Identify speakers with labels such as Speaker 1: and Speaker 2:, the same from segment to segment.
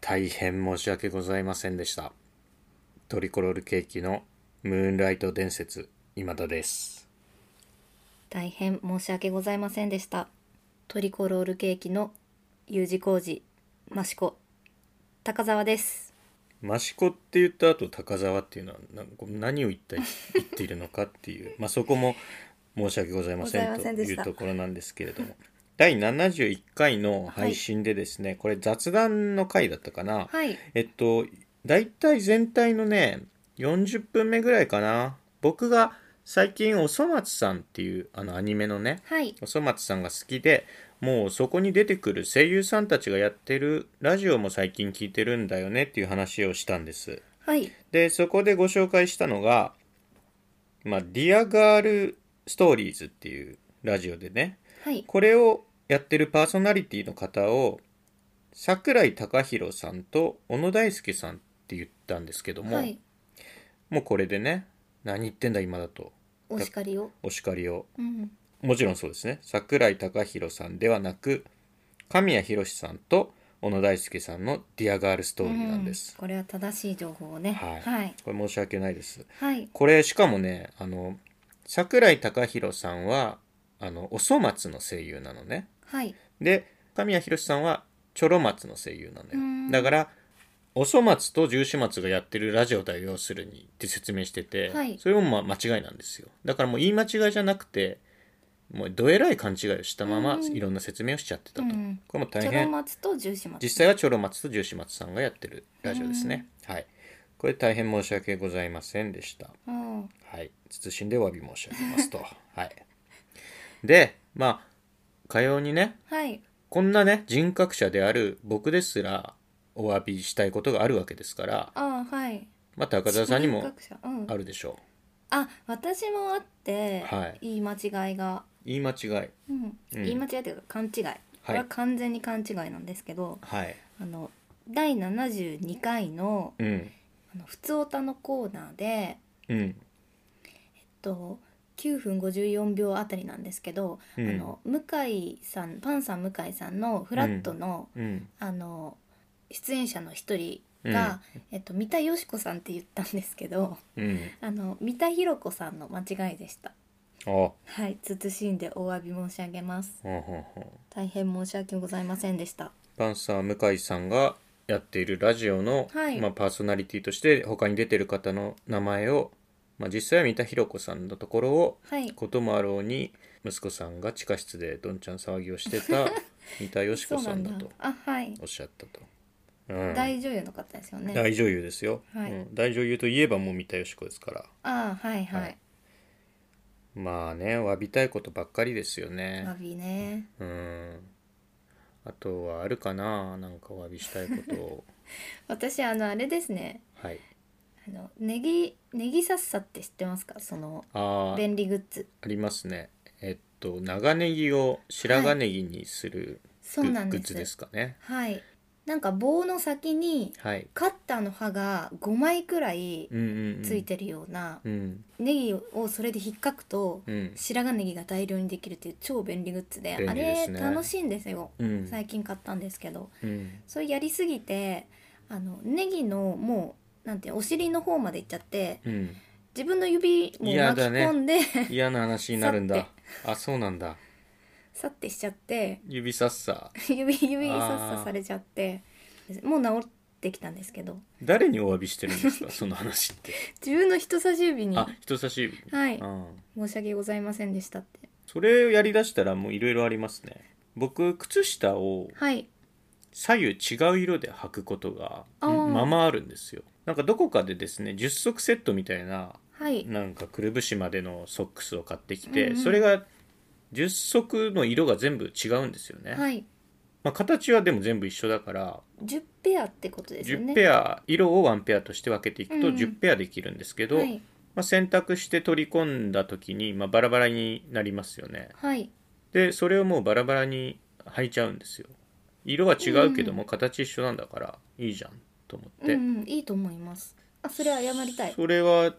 Speaker 1: 大変申し訳ございませんでした。トリコロールケーキのムーンライト伝説、今田です。
Speaker 2: 大変申し訳ございませんでしたトリコロールケーキの U 字工事マシコ高澤です
Speaker 1: 益子って言った後高沢っていうのはなんか何を言った言っているのかっていう、まあ、そこも申し訳ございませ
Speaker 2: ござ
Speaker 1: ん
Speaker 2: いま
Speaker 1: と
Speaker 2: せんで
Speaker 1: い
Speaker 2: し
Speaker 1: う
Speaker 2: た
Speaker 1: ところなんですけれども第71回の配信でですね、これ雑談の回だったかな、
Speaker 2: はい
Speaker 1: えっと大体全体のね40分目ぐらいかな僕が最近おそ松さんっていうあのアニメのね
Speaker 2: はい
Speaker 1: おそ松さんが好きでもうそこに出てくる声優さんたちがやってるラジオも最近聞いてるんだよねっていう話をしたんです
Speaker 2: はい
Speaker 1: でそこでご紹介したのが「まあ、ディアガールストーリーズ」っていうラジオでね
Speaker 2: はい
Speaker 1: これをやってるパーソナリティの方を桜井貴弘さんと小野大輔さんって言ったんですけども、
Speaker 2: はい
Speaker 1: もうこれでね何言ってんだ今だと
Speaker 2: お叱りを
Speaker 1: お叱りを
Speaker 2: うん
Speaker 1: もちろんそうですね桜井貴弘さんではなく神谷博さんと小野大輔さんの「ディアガールストーリー」なんです
Speaker 2: う、これは正しい情報をね
Speaker 1: はい
Speaker 2: はい
Speaker 1: これ申し訳ないです
Speaker 2: はい
Speaker 1: これしかもねあの桜井貴弘さんはあのおそ松の声優なのね
Speaker 2: はい
Speaker 1: で神谷博さんはチョロ松の声優な
Speaker 2: う
Speaker 1: のよ
Speaker 2: ん
Speaker 1: だからおそ松と十四松がやってるラジオだよ要するにって説明してて、
Speaker 2: はい
Speaker 1: それもまあ間違いなんですよだからもう言い間違いじゃなくてもうどえらい勘違いをしたまま
Speaker 2: うん
Speaker 1: いろんな説明をしちゃってたと、
Speaker 2: うん
Speaker 1: これも
Speaker 2: チ
Speaker 1: 大
Speaker 2: ョロ
Speaker 1: 変
Speaker 2: 松と十四松
Speaker 1: 実際はチョロ松と十四松さんがやってるラジオですね、はいこれ大変申し訳ございませんでした
Speaker 2: うん
Speaker 1: はい、謹んでお詫び申し上げますと。はい、で、まあ、かようにね、
Speaker 2: はい
Speaker 1: こんなね、人格者である僕ですら、お詫びしたいことがあるわけですから、
Speaker 2: ああはい
Speaker 1: まあ、高澤さんにも
Speaker 2: 人格者うん
Speaker 1: あるでしょ
Speaker 2: あ私もあって
Speaker 1: はい
Speaker 2: 言い間違いが
Speaker 1: う。言い間違い。
Speaker 2: うん言い間違いというか勘違いこれは完全に勘違いなんですけど、
Speaker 1: はい。
Speaker 2: あの第72回の
Speaker 1: うん。
Speaker 2: 「あのふつおた」のコーナーで、
Speaker 1: う
Speaker 2: え
Speaker 1: ん。
Speaker 2: っと、9分54秒あたりなんですけど、
Speaker 1: うん
Speaker 2: あの向井さんパンさん向井さんのフラットの,、
Speaker 1: うん。
Speaker 2: あの出演者の一人が、えっと、三田佳子さんって言ったんですけど
Speaker 1: うん。
Speaker 2: あの三田寛子さんの間違いでした。
Speaker 1: あ、ほ
Speaker 2: はい、慎んでお詫び申し上げます。
Speaker 1: うほうほう。
Speaker 2: 大変申し訳ございませんでした。
Speaker 1: パンサー向井さんがやっているラジオの、
Speaker 2: はい
Speaker 1: まあ、パーソナリティとして他に出てる方の名前を、まあ、実際は三田寛子さんのところを
Speaker 2: はい、
Speaker 1: こともあろうに息子さんが地下室でどんちゃん騒ぎをしてた三田佳子さん だと
Speaker 2: あ、はい、
Speaker 1: おっしゃったと、うん
Speaker 2: 大女優の方ですよね。
Speaker 1: 大女優ですよ、
Speaker 2: はい
Speaker 1: うん大女優といえばもう三田佳子ですから
Speaker 2: あーはいはい、
Speaker 1: はいまあね詫びたいことばっかりですよね
Speaker 2: 詫びね
Speaker 1: うんあとはあるかななんかお詫びしたいことを
Speaker 2: 私あのあれですね
Speaker 1: はい
Speaker 2: あのネギネギサッサって知ってますかその
Speaker 1: あー
Speaker 2: 便利グッズ
Speaker 1: ありますねえっと長ネギを白髪ネギにするグ,、
Speaker 2: そうなん
Speaker 1: グ
Speaker 2: で
Speaker 1: ッ
Speaker 2: す
Speaker 1: ズですかね
Speaker 2: はいなんか棒の先に
Speaker 1: はい
Speaker 2: カッターの刃が5枚くらい
Speaker 1: うんうん、うん、
Speaker 2: ついてるような、
Speaker 1: うん
Speaker 2: ネギをそれで引っかくと、
Speaker 1: うん
Speaker 2: 白髪ネギが大量にできるっていう超便利グッズで
Speaker 1: 便利
Speaker 2: あ
Speaker 1: で
Speaker 2: れ
Speaker 1: すね
Speaker 2: 楽しいんですよ、
Speaker 1: うん
Speaker 2: 最近買ったんですけど
Speaker 1: うん
Speaker 2: それやりすぎてあのネギのもうなんていうのお尻の方までいっちゃって
Speaker 1: うん
Speaker 2: 自分の指も巻き
Speaker 1: 嫌だね
Speaker 2: 込んで
Speaker 1: 嫌な話になるん
Speaker 2: さ
Speaker 1: だ
Speaker 2: て
Speaker 1: あそうなんだ
Speaker 2: さってしちゃって
Speaker 1: 指さっさ
Speaker 2: 指指さっさされちゃってもう治ってきたんですけど
Speaker 1: 誰にお詫びしてるんですか その話って
Speaker 2: 自分の人差し指に
Speaker 1: あ
Speaker 2: は
Speaker 1: 人差し指、
Speaker 2: い
Speaker 1: うん
Speaker 2: 申し訳ございませんでしたって
Speaker 1: それをやりだしたらもういろいろありますね僕靴下を
Speaker 2: はい
Speaker 1: 左右違う色で履くことが
Speaker 2: あー
Speaker 1: ままあるんですよなんかどこかでですね10足セットみたいな
Speaker 2: はい
Speaker 1: なんかくるぶしまでのソックスを買ってきて、
Speaker 2: うんうん
Speaker 1: それが10足の色が全部違うんですよね、
Speaker 2: はい
Speaker 1: まあ、形はでも全部一緒だから
Speaker 2: 10ペアってことですよね
Speaker 1: 10ペア色を1ペアとして分けていくと
Speaker 2: うんうん
Speaker 1: 10ペアできるんですけど、
Speaker 2: はい
Speaker 1: まあ、選択して取り込んだ時に、まあ、バラバラになりますよね
Speaker 2: はい
Speaker 1: でそれをもうバラバラに履いちゃうんですよ色は違うけども形一緒なんだからいいじゃんと思っ
Speaker 2: う
Speaker 1: て、
Speaker 2: んうんいいと思いますあそれ謝りたい
Speaker 1: それは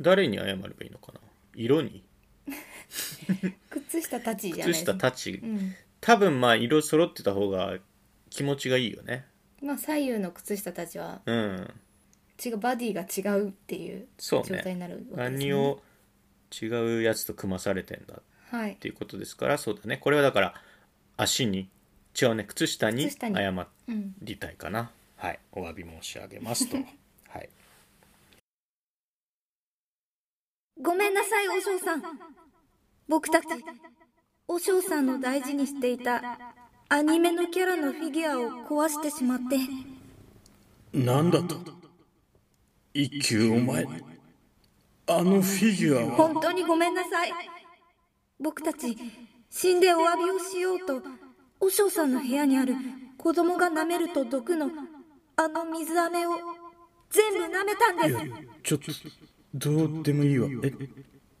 Speaker 1: 誰に謝ればいいのかな色に
Speaker 2: 靴下たちじゃない
Speaker 1: 靴
Speaker 2: です
Speaker 1: 下
Speaker 2: か
Speaker 1: たち
Speaker 2: うん
Speaker 1: 多分まあ色揃ってた方が気持ちがいいよね
Speaker 2: まあ左右の靴下たちは
Speaker 1: うん
Speaker 2: 違うバディが違うっていう
Speaker 1: そう
Speaker 2: 状態
Speaker 1: ね
Speaker 2: になるわけですね
Speaker 1: 何を違うやつと組まされてんだっ
Speaker 2: はい
Speaker 1: ていうことですからそうだねこれはだから足に違うね靴下に
Speaker 2: 靴下に
Speaker 1: 謝
Speaker 2: うん
Speaker 1: りたいかなはいお詫び申し上げます とはい
Speaker 2: ごめんなさい、お嬢さん。僕たち、お嬢さんの大事にしていたアニメのキャラのフィギュアを壊してしまって、
Speaker 3: なんだと一休お前あのフィギュアは
Speaker 2: 本当にごめんなさい。僕たち、死んでお詫びをしようと、お嬢さんの部屋にある子供が舐めると毒のあの水飴を全部舐めたんです。
Speaker 3: ちょっとどうでもいいわえ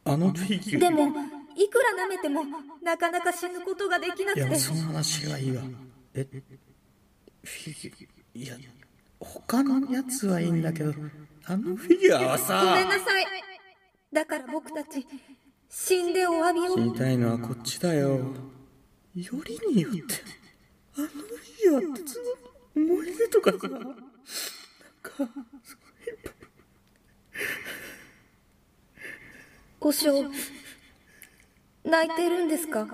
Speaker 3: あのフィギュア
Speaker 2: でも、いくら舐めてもなかなか死ぬことができなく
Speaker 3: いや
Speaker 2: て。
Speaker 3: その話はいいわえフィギュいや他のやつはいいんだけどあのフィギュアは
Speaker 2: ごめん
Speaker 3: さ
Speaker 2: なさい。だから僕たち、死んでお詫びを。
Speaker 3: 見たいのはこっちだよよりによってあのフィギュアってその思い出とかさなんかすごい
Speaker 2: おしょう、泣いてるんですか
Speaker 3: だっ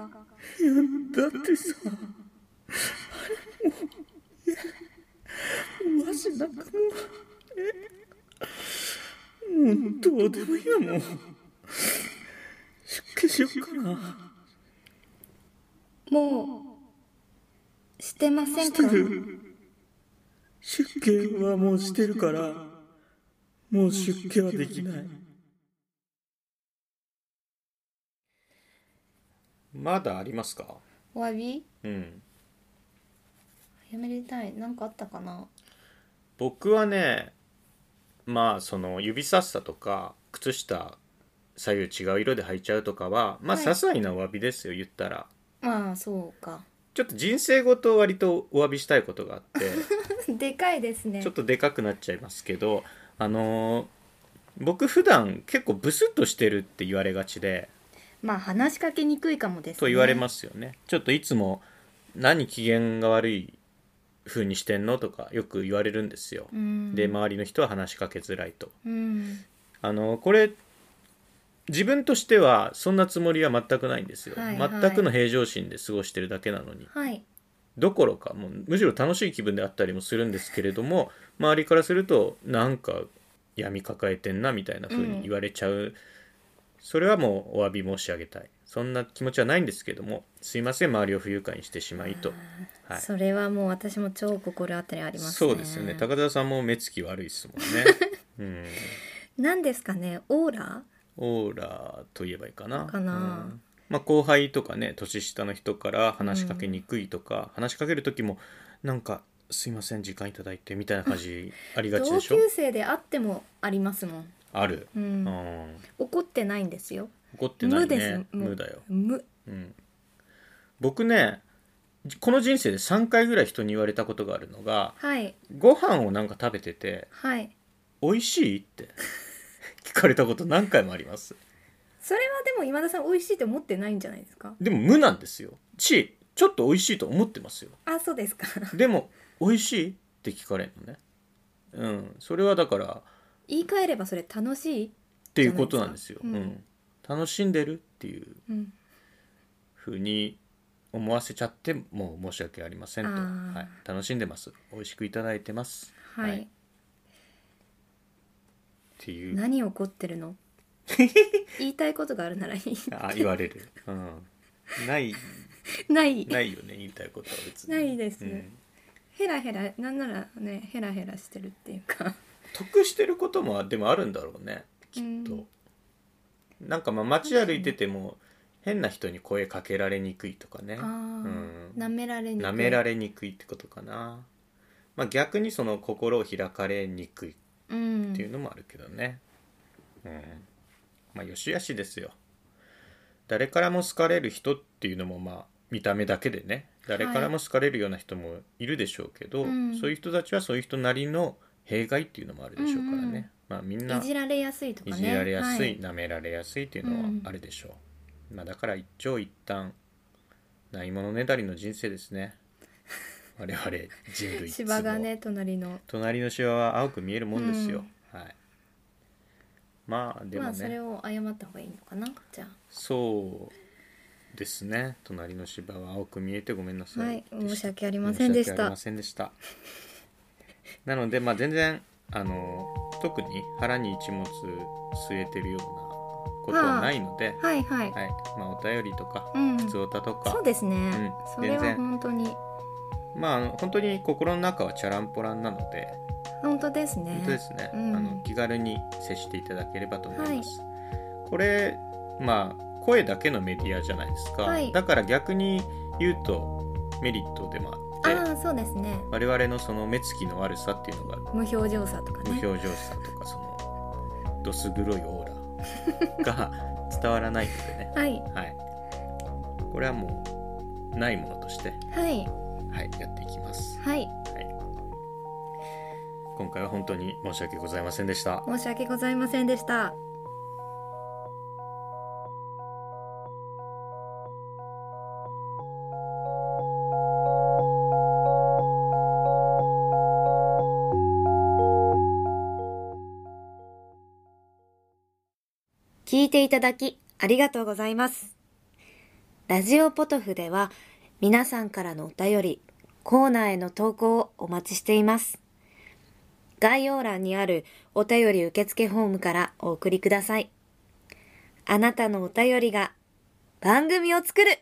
Speaker 3: てさ、あれもう、いや、マジなんかもう、え、もうどうでもいいわ、もう。出家しよっかな。
Speaker 2: もう、してません
Speaker 3: し
Speaker 2: か
Speaker 3: てる。出家はもうしてるから、もう出家はできない。
Speaker 1: まだありますか
Speaker 2: お詫び
Speaker 1: うん
Speaker 2: やめれたい。なんかあったかな
Speaker 1: 僕はねまあその指さしたとか靴下左右違う色で履いちゃうとかはまあ
Speaker 2: はい
Speaker 1: 些細なお詫びですよ言ったら
Speaker 2: まあ、そうか。
Speaker 1: ちょっと人生ごと割とお詫びしたいことがあって
Speaker 2: でかいですね
Speaker 1: ちょっとでかくなっちゃいますけどあのー僕普段結構ブスッとしてるって言われがちで
Speaker 2: まあ、話しかけにくいかもですね。
Speaker 1: と言われますよねちょっといつも何機嫌が悪い風にしてんのとかよく言われるんですよ、
Speaker 2: うん。
Speaker 1: で周りの人は話しかけづらいと
Speaker 2: うん。
Speaker 1: あのこれ自分としてはそんなつもりは全くないんですよ、
Speaker 2: はいはい
Speaker 1: 全くの平常心で過ごしてるだけなのに
Speaker 2: はい。
Speaker 1: どころかもうむしろ楽しい気分であったりもするんですけれども周りからするとなんか闇抱えてんなみたいな風に言われちゃう、それはもうお詫び申し上げたいそんな気持ちはないんですけどもすいません周りを不愉快にしてしまいと、はい、
Speaker 2: それはもう私も超心当たりありますね。
Speaker 1: そうですよね高田さんも目つき悪いですも んね、
Speaker 2: 何ですかねオーラ
Speaker 1: うん、オーラといえばいいかな
Speaker 2: かな
Speaker 1: うんまあ、後輩とかね年下の人から話しかけにくいとか、話しかける時もなんか「すいません時間いただいて」みたいな感 じありがち
Speaker 2: 同
Speaker 1: でしょ
Speaker 2: 級生であってもありますもん。
Speaker 1: ある、
Speaker 2: う。
Speaker 1: うんん、
Speaker 2: 怒ってないんですよ。
Speaker 1: 怒ってない
Speaker 2: 無です
Speaker 1: ね
Speaker 2: もう
Speaker 1: 無だよ、
Speaker 2: 無。
Speaker 1: うん、僕ねこの人生で3回ぐらい人に言われたことがあるのが
Speaker 2: はい。
Speaker 1: ご飯をなんか食べてて
Speaker 2: はい。
Speaker 1: 「美味しい?」って聞かれたこと何回もあります
Speaker 2: それはでも今田さん美味しいって思ってないんじゃないですか
Speaker 1: でも無なんですよしちょっと美味しいと思ってますよ
Speaker 2: あ、そうですか。
Speaker 1: でも「美味しい?」って聞かれるのねうんそれはだから
Speaker 2: 言い換えればそれ楽しい
Speaker 1: っていうことなんですよ、
Speaker 2: じゃないで
Speaker 1: う
Speaker 2: すか
Speaker 1: ん楽しんでるっていう
Speaker 2: うん。
Speaker 1: ふうに思わせちゃってもう申し訳ありませんと、
Speaker 2: あー
Speaker 1: はい、楽しんでます美味しくいただいてます
Speaker 2: はい。
Speaker 1: はいっていう
Speaker 2: 何怒って るの言いたいことがあるならいい。
Speaker 1: あ言われる、うん、ない
Speaker 2: ない。
Speaker 1: ないよね言いたいことは別に
Speaker 2: ないです
Speaker 1: うん
Speaker 2: ヘラヘラ、なんならね、ヘラヘラしてるっていうか。
Speaker 1: 得してることもでもあるんだろうね
Speaker 2: きっ
Speaker 1: と、なんかまあ街歩いてても変な人に声かけられにくいとかね
Speaker 2: ああ、
Speaker 1: うん
Speaker 2: 舐められにくい
Speaker 1: 舐められにくいってことかな、まあ、逆にその心を開かれにくい
Speaker 2: うん
Speaker 1: っていうのもあるけどねうん、まあよしあしですよ誰からも好かれる人っていうのもまあ見た目だけでね誰からも好かれるような人もいるでしょうけど、
Speaker 2: うん
Speaker 1: そういう人たちはそういう人なりの弊害っていうのもあるでしょうからね、
Speaker 2: うんうん
Speaker 1: まあみんない
Speaker 2: じられやすいとか
Speaker 1: い
Speaker 2: ね
Speaker 1: じられやす、
Speaker 2: はい
Speaker 1: 舐められやすいっていうのはあるでしょう、 まあだから一長一短ないものねだりの人生ですね我々人類いつ
Speaker 2: 芝が
Speaker 1: も
Speaker 2: ね隣の
Speaker 1: 隣のシワは青く見えるもんですよ、はいまあでも
Speaker 2: ま
Speaker 1: ね、
Speaker 2: あそれを謝った方がいいのかなじゃ
Speaker 1: そうですね隣の芝は青く見えてごめんな
Speaker 2: あ
Speaker 1: さ
Speaker 2: はいい
Speaker 1: でした、
Speaker 2: 申し訳ありませんでし
Speaker 1: 申訳あり
Speaker 2: た
Speaker 1: ませんでした なのでまあ全然あの特に腹に一物据えてるようなことはないので、
Speaker 2: はいはい、
Speaker 1: はいまあ、お便りとか
Speaker 2: うん
Speaker 1: 普通歌とか、
Speaker 2: そうですね、
Speaker 1: うん
Speaker 2: それ
Speaker 1: 全
Speaker 2: は
Speaker 1: 然
Speaker 2: 本当に
Speaker 1: まああの本当に心の中はチャランポランなので
Speaker 2: 本当ですね
Speaker 1: 本当ですね、
Speaker 2: うん
Speaker 1: あの気軽に接していただければと思います、これまあ声だけのメディアじゃないですか、
Speaker 2: はい
Speaker 1: だから逆に言うとメリットでもあって
Speaker 2: ああそうですね
Speaker 1: 我々のその目つきの悪さっていうのが
Speaker 2: 無表情さとか
Speaker 1: 無
Speaker 2: ね
Speaker 1: 表情さとかそのどす黒いオーラが 伝わらないのでね、
Speaker 2: はい
Speaker 1: はい、これはもうないものとして、
Speaker 2: はい
Speaker 1: はい、やっていきます、
Speaker 2: はい
Speaker 1: はい、今回は本当に申し訳ございませんでした
Speaker 2: 申し訳ございませんでした
Speaker 4: 聞いていただきありがとうございます。ラジオポトフでは皆さんからのお便り、コーナーへの投稿をお待ちしています。概要欄にあるお便り受付フォームからお送りください。あなたのお便りが番組を作る